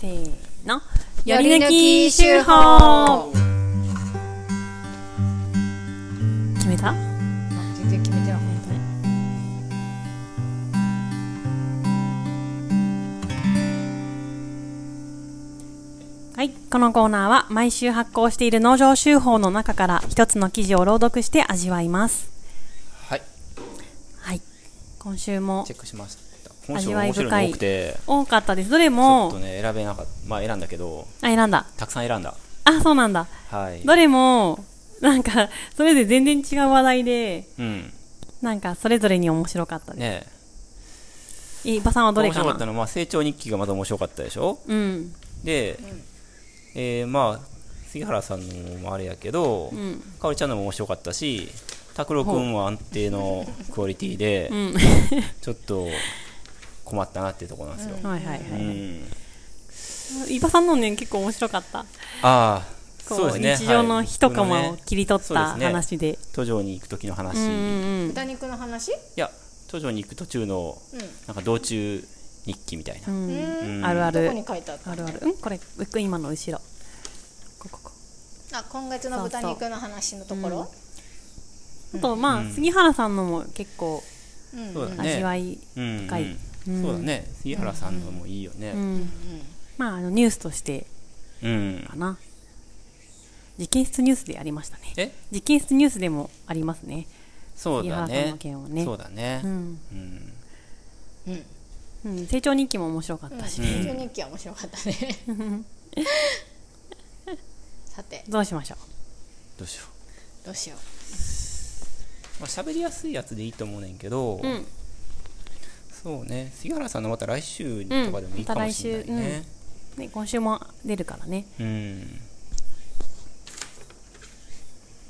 せーの。より抜き手法決めた全然決めてなかっはい、このコーナーは毎週発行している農場手法の中から一つの記事を朗読して味わいます。はいはい、今週もチェックしました本味書わい面深白いいの多くてち多かったです。どれょっもと、ね選べなかったまあ選んだけどあ、選んだ。たくさん選んだあ、そうなんだ。はいどれも、なんか、それぞれ全然違う話題で、うんなんか、それぞれに面白かったです。ねえいいばさんはどれ面か白なかったのは、まあ、成長日記がまた面白かったでしょうん。で、えーまあ杉原さんのもあれやけど、んかおりちゃんのも面白かったし拓郎君は安定のクオリティで、うん。ちょっと困ったなっていうところなんですよ、はいはいうんははい。伊庭さんのね、結構面白かった。ああこそうですね日常はのい一コ僕マのをね切り取っそうでたすね話で。途上に行く時の話、うんうんいうん。た豚肉の話や途上に行く途中のうんなんか道中日記みたいな、うんうんあるあどるこ。に書いてあったあるある。うんこれ、僕今の後ろ。ここここ。あ今月の豚肉の話のところあと、まあ、うん杉原さんのも結構うんそうだね味わい。うん深いうんうんそうだね杉原さんのもいいよねうん。まあ、あの、ニュースとしてうん、かな。実験室ニュースでやりましたね。え実験室ニュースでもありますね。そうだ杉原さんねの件をねそうだねう、ん。うんうんうん、成長日記も面白かったし、成長日記は面白かったねさてどうしましょどうしようどうしよまあ喋りやすいやつでいいと思うねんけど、う。うん。そうね杉原さんのまた来週とかでもいいかもしれないね、ね、今週も出るからね。うん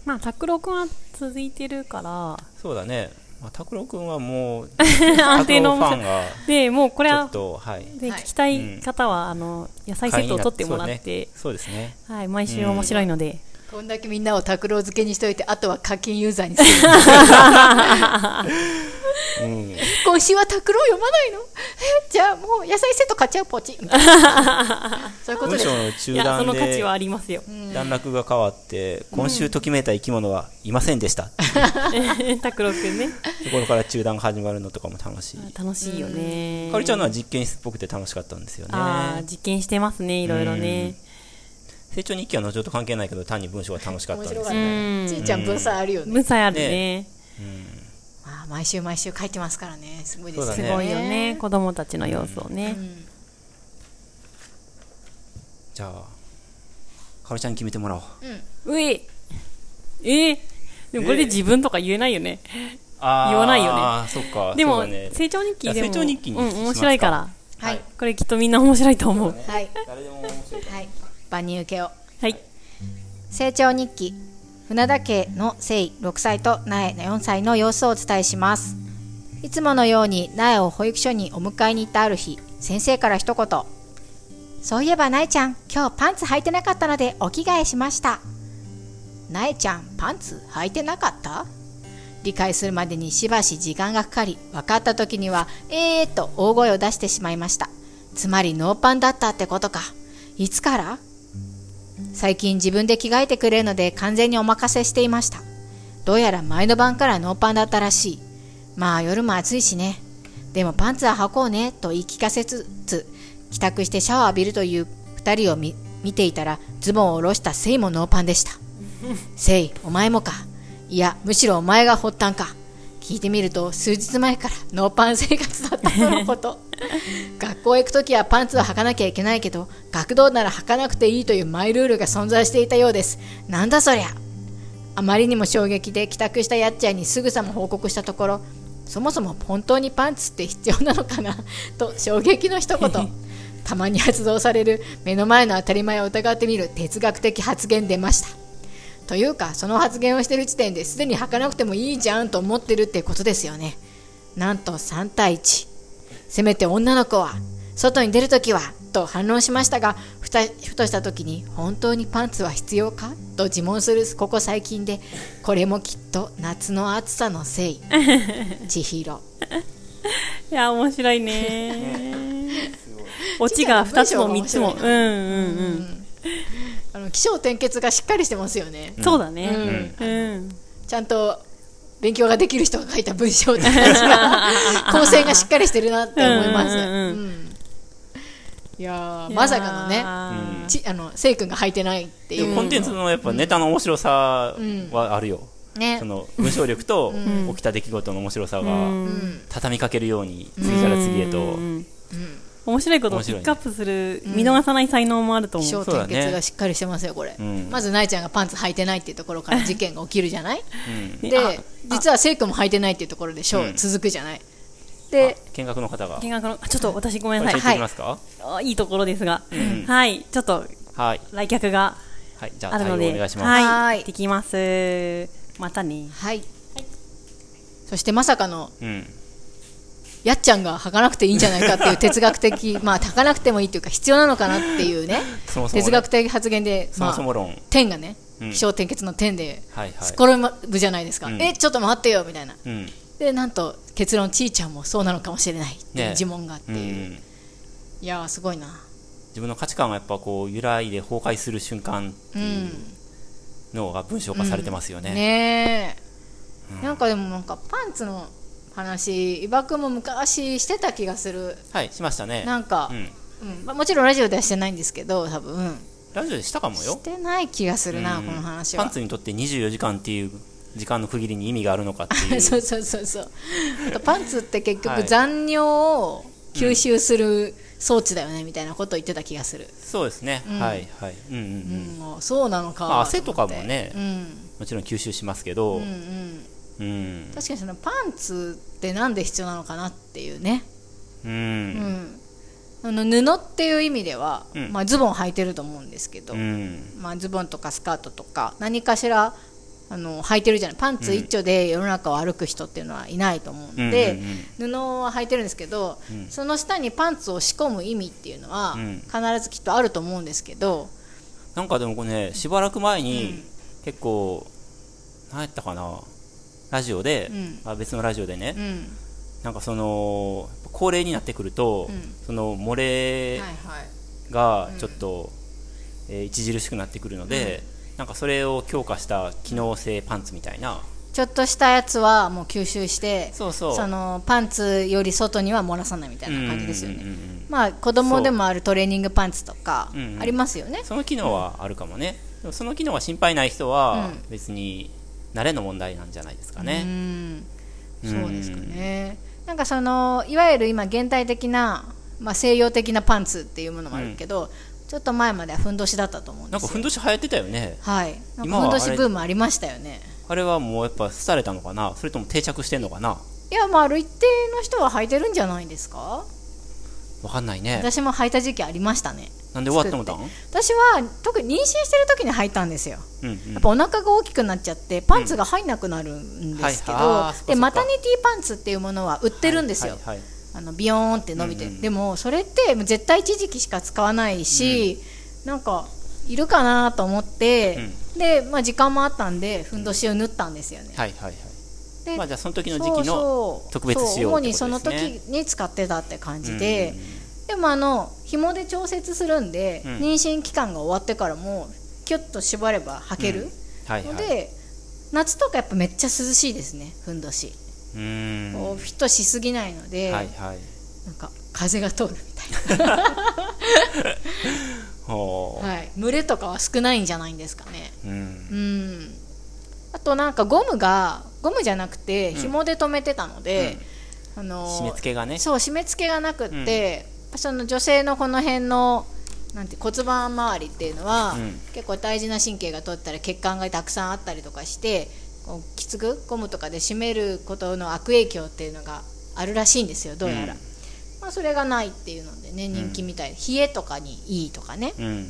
まあ、拓郎くんは続いてるから、そうだね、まあ、拓郎君はもう 安定の拓郎ファンがで、もう これちょはっ、とはいではい聞きたい方は、あの、野菜セットを取ってもらっ会員にてな、そうねそうですねはい、毎週面白いので、うこんだけみんなを拓郎漬けにしといてあとは課金ユーザーにする うん今週は拓郎読まないのえじゃあもう野菜セット買っちゃうポチそういうこと文です章の中いや、そ断の価値ではありますよ。 段落が変わって今週ときめいた生き物はいませんで した、拓郎くんね。ところから中断が始まるのとかも楽しい、楽しいよね。かおりちゃんのは実験室っぽくて楽しかったんですよねああ、実験してますね、いろいろね。成長日記は後ほど関係ないけど単に文章が楽しかった面んで白かすったよねちいちゃん文才あるよね無才あるねねまあ毎週毎週書いてますからねすごいですよそうすだねねごいよね、子供たちの様子をね。じゃあかおりちゃんに決めてもらおううええーでもこれで自分とか言えないよね。あー言わないよねあーそっかでそも、うだね成長日記でも、いや成長日記にしうん、ますか面白いから。ははいいこれきっとみんな面白いと思う。ねはい誰でも面白いはい万人受けをはい。成長日記船田家の生い6歳と苗の4歳の様子をお伝えしますいつものように苗を保育所にお迎えに行ったある日先生から一言そういえば苗ちゃん今日パンツ履いてなかったのでお着替えしました苗ちゃんパンツ履いてなかった理解するまでにしばし時間がかかり分かった時には「えー」と大声を出してしまいましたつまりノーパンだったってことかいつから最近自分で着替えてくれるので完全にお任せしていましたどうやら前の晩からノーパンだったらしいまあ夜も暑いしねでもパンツは履こうねと言い聞かせつつ帰宅してシャワーを浴びるという2人を見見ていたらズボンを下ろしたセイもノーパンでしたセイお前もかいやむしろお前が発端か聞いてみると数日前からノーパン生活だったとのこと学校へ行く時はパンツは履かなきゃいけないけど学童なら履かなくていいというマイルールが存在していたようですなんだそりゃあまりにも衝撃で帰宅したやっちゃんにすぐさま報告したところそもそも本当にパンツって必要なのかなと衝撃の一言たまに発動される目の前の当たり前を疑ってみる哲学的発言出ましたというかその発言をしている時点ですでに履かなくてもいいじゃんと思ってるってことですよねなんと3対1せめて女の子は外に出るときはと反論しましたがふたふとしたときに本当にパンツは必要かと自問するここ最近でこれもきっと夏の暑さのせい千尋 いや、面白いね。オチが2つも3つも。うんうんううん。んあの起承転結がしっかりしてますよね。そうだうね。んうん。ちゃんと勉強ができる人が書いた文章って感じが構成がしっかりしてるなって思います。ううんうんうんんいやーまさかのね、ねちあのせい君が履いてないってでいもうコンテンツのやっぱネタの面白さはあるよ、ねそ。の文章力とん起きた出来事の面白さうがうんん畳みかけるように次から次へとうんうん面白いことを面ピ白いッねクアップする、見逃さない才能もあると気思象う。そうだ点ね結がしっかりしてますよこれ、うんまずなえちゃんがパンツ履いてないっていうところから事件が起きるじゃないうんねであ実はせい君も履いてないっていうところでショーうん続くじゃない、で見学の方が見学の、あちょっと私ごめん教なえさてい。はいきいますかあ。いいところですがん。はい。ちょっとはい、来客がはい、じゃあある対応のおで。願いします、ははいい。できます。またね。はい、そしてまさかのうんやっちゃんが履かなくていいんじゃないかっていう哲学 的まあ履かなくてもいいというか必要なのかなっていうねそもそも哲学的発言でそまもそもあ論、点がねうん気象転結の点で、はいはいすっ転ぶじゃないですか、うんえちょっと待ってよみたいなうんでなんと結論ちいちゃんもそうなのかもしれないっていうね自問があってういう、ん、いやーすごいな自分の価値観がやっぱこう揺らいで崩壊する瞬間っていうのが文章化されてますよね,、ねえ、なんかでもなんかパンツの話伊庭君も昔してた気がするはいしましたねなんかう、ん、うんまあもちろんラジオではしてないんですけど多分、うんラジオでしたかもしよてない気がするな、うんこの話はパンツにとって24時間っていう時間の区切りに意味があるのかってい うそうそうそうそうあとパンツって結は局い残尿を吸収する装置だよね、みたいなことを言ってた気がする、そうですね、はいはいうんうんううんんもうそうなのか、まあ汗とかもねうんもちろん吸収しますけど、ううんうんんうん確かにそのパンツってなんで必要なのかなっていうねうん、あの布っていう意味では、うんまあ、ズボン履いてると思うんですけど、うんまあ、ズボンとかスカートとか何かしらあの履いてるじゃないパンツ一丁で世の中を歩く人っていうのはいないと思うので、うんうん布は履いてるんですけど、うんその下にパンツを仕込む意味っていうのは、うん必ずきっとあると思うんですけど、なんかでもこれねしばらく前うにん結構何やったかなラジオで、うんあ別のラジオでね、うんなんかその高齢になってくると、うんその漏はれいはいがちょっと、えー著しくなってくるので、なんかそれを強化した機能性パンツみたいなちょっとしたやつはもう吸収してそうそうのパンツより外には漏らさないみたいな感じですよね。うんうんうんうんまあ子供でもあるトレーニングパンツとかうんうんありますよね。その機能はあるかもね、でもその機能が心配ない人はう別に慣れの問題なんじゃないですかうね、ん、うんそうですかね。なんかそのいわゆる今現代的なまあ西洋的なパンツっていうものもあるけど、ちょっと前まではふんどしだったと思うんでなんかすふよ。んどし流行ってたよねはい。なんか今はふんあどれしブームありましたよね。あれはもうやっぱ廃れたのかなそれとも定着してんのかないやまあある一定の人は履いてるんじゃないですか。わかんないね私も履いた時期ありましたね。なんで終わってもたんうん私は特に妊娠してる時に履いたんですよ。うんやっぱお腹が大きくなっちゃってパンツが入んなくなるんですけど、うんはいはいあーそっかそっでかマタニティパンツっていうものは売ってるんですよ、はいはいはいあのビヨーンって伸びて、うんうんでもそれって絶対一時期しか使わないし、なんかいるかなと思って、で、まあ、時間もあったんでふんどしを縫ったんですよね、はいはいはいでまあじゃあその時のそ時う期のそう特別仕様そう主っにてことその時ですねに使ってたって感じうでんうん、うんでもあの紐で調節するんで、うん妊娠期間が終わってからもキュッと縛れば履ける、はいのはで、い夏とかやっぱめっちゃ涼しいですねふんどし、うーんこはうフィットしすぎないので、いはいなんか風が通るみほたいな、はい、群れとかは少ないんじゃないんですかねううんうんあとなんかゴムがゴムじゃなくてん紐で留めてたので、あのー締め付けがねそう締め付けがなくって、その女性のこの辺のなんて骨盤周りっていうのは、うん結構大事な神経が通ったり血管がたくさんあったりとかしてこうきつくゴムとかで締めることの悪影響っていうのがあるらしいんですよどうやら、うんまあ、それがないっていうのでね人気みたい、冷えとかにいいとかね、うんうんうん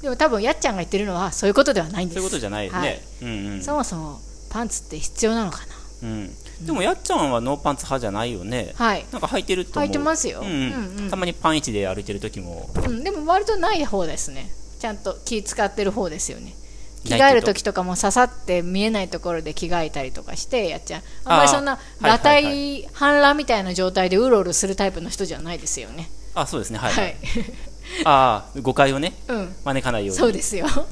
でも多分やっちゃんが言ってるのはそういうことではないんでそうすいうことじゃないよはいねうんうんそもそもパンツって必要なのかなうんでもやっちゃんはノーパンツ派じゃないよねはいなんか履いてると思う履いてますようんうんうんたまにパン一で歩いてる時もうん、でも割とない方ですねちゃんと気使ってる方ですよね着な替いえけるど時とかも刺さって見えないところで着替えたりとかしてやっちゃうあんまりそんなあー裸はいはい体半裸みたいな状態でうろうろするタイプの人じゃないですよねああそうですねはい、はい、ああ誤解をねうん、招かないようにそうですよ。だか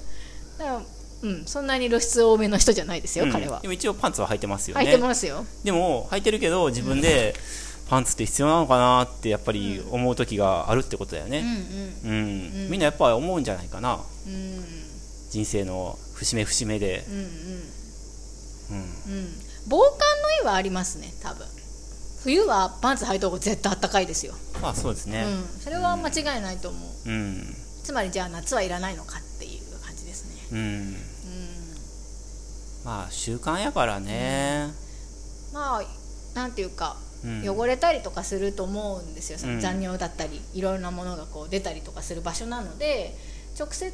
らうん、そんなに露出多めの人じゃないですよ、うん彼はで。も一応パンツは履いてますよ履いねてますよ。でも履いてるけど自分でパンツって必要なのかなってやっぱり思う時があるってことだようんねうんうん、みんなやっぱ思うんじゃないかなうん人生の節目節目で、うんうんうん、うん。防寒の意はありますね、多分。冬はパンツ履いた方が絶対暖かいですよ。まあそうですうねん、それは間違いないと思う。うん、つまりじゃあ夏はいらないのかっていう感じですね。うんうん、まあ習慣やからねまあなんていうか、うん汚れたりとかすると思うんですよ、そのうん残尿だったりいろいろなものがこう出たりとかする場所なので直接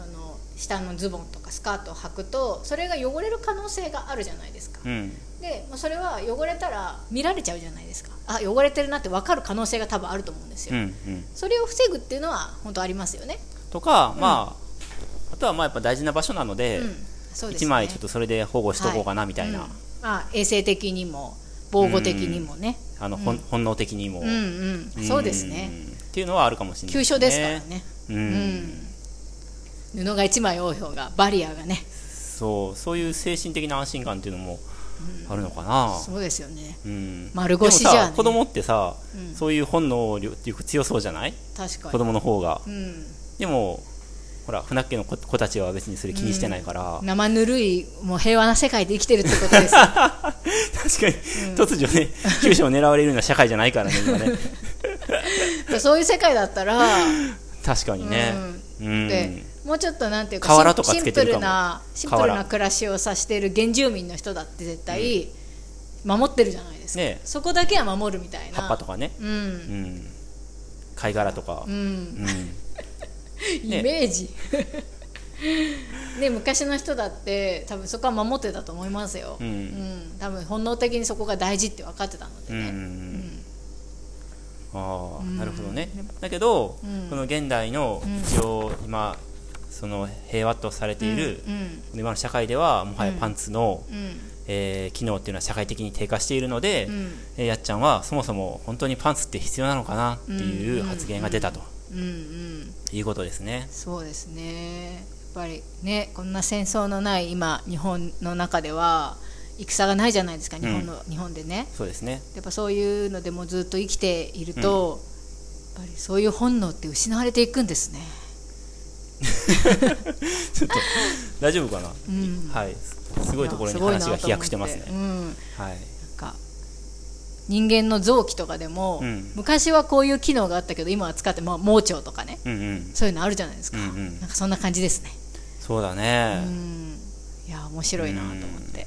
あの下のズボンとかスカートを履くとそれが汚れる可能性があるじゃないですか、うん、でもうそれは汚れたら見られちゃうじゃないですかあ汚れてるなって分かる可能性が多分あると思うんですうよ、んうんそれを防ぐっていうのは本当ありますよね、とかまあ、あとはまあやっぱ大事な場所なので、うん、そうですね一枚ちょっとそれで保護しとこうかなみたいな、うんまあ衛生的にも防護的にもね、あの本本能的にも、うんうんんそうですねっていうのはあるかもしれない急所ですからねうん、うん、布が一枚多い方がバリアがねそうそういう精神的な安心感っていうのもあるのかな、そうですよねうん丸腰じゃねでもさ子供ってさ、うんそういう本能力っていうか強そうじゃない確か子に、供の方がうん、でもほら船っ家の子子たちは別にそれ気にしてないから、生ぬるいもう平和な世界で生きてるってことですよ 確かに、突如ね急所を狙われるような社会じゃないからね 今ねそういう世界だったら、確かにねうん、でもうちょっとなんていうか瓦とかつシンけプてルるかもなシンプルな暮らしをさしてる原住民の人だって絶対守ってるじゃないですか、ねそこだけは守るみたいな葉っぱとかね、ううんん、貝殻とか、うんうんねイメージ ね昔の人だって多分そこは守ってたと思いますよ、うんん多分本能的にそこが大事って分かってたのでうんね、ああ、なるほどねだけど、この現代の一応今その平和とされている、うん今の社会ではもはやパンツの、うんえー機能っていうのは社会的に低下しているので、んえーやっちゃんはそもそも本当にパンツって必要なのかなっていう発言が出たとうんうんいうことですね。そうですねやっぱりねこんな戦争のない今日本の中では戦がないじゃないですか日本の、日本でねそうですねやっぱそういうのでもずっと生きていると、やっぱりそういう本能って失われていくんですね大丈夫かな、んはいすごいところにやすごいな話が飛躍してますねと。思ってうんはい、なんか人間の臓器とかでも、うん昔はこういう機能があったけど今は使って、まあ、盲腸とかねうんうん、そういうのあるじゃないですか、うんうんなんかそんな感じですねそうだね、うんいや面白いなと思ってで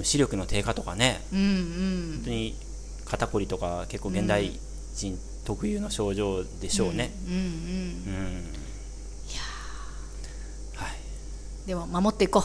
も視力の低下とかねうん本当に肩こりとか結構現代人特有の症状でしょうね。うんうんうんうん。はい。でも守ってい こう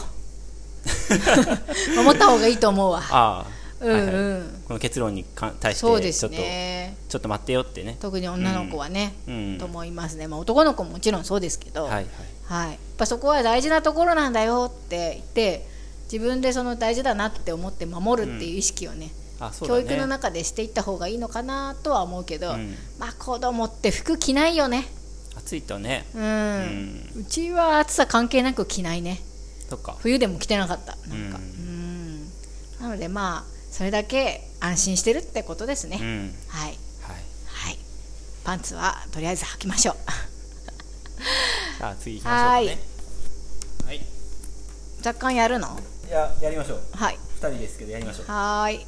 守った方がいいと思うわああ、うんうん、はいはいこの結論にか対してちそょうっと、ですねちょっと待ってよってね。特に女の子はね、うん。とはい思いますね、まあ、男の子ももちろんそうですけど、はい。はい、やっぱそこは大事なところなんだよって言って自分でその大事だなって思って守るっていう意識をね,、あ、そうだ教ね。育の中でしていった方がいいのかなとは思うけど、うんまあ子供って服着ないよね暑いとね。う、うんん。うちは暑さ関係なく着ないねそっか。冬でも着てなかったなんかううんなのでまあそれだけ安心してるってことですね、うん。はいはい。はいパンツはとりあえず履きましょう さあ次行きましょうかね。はい。若干やるのいややりましょう。はい二人ですけどやりましょう。はーい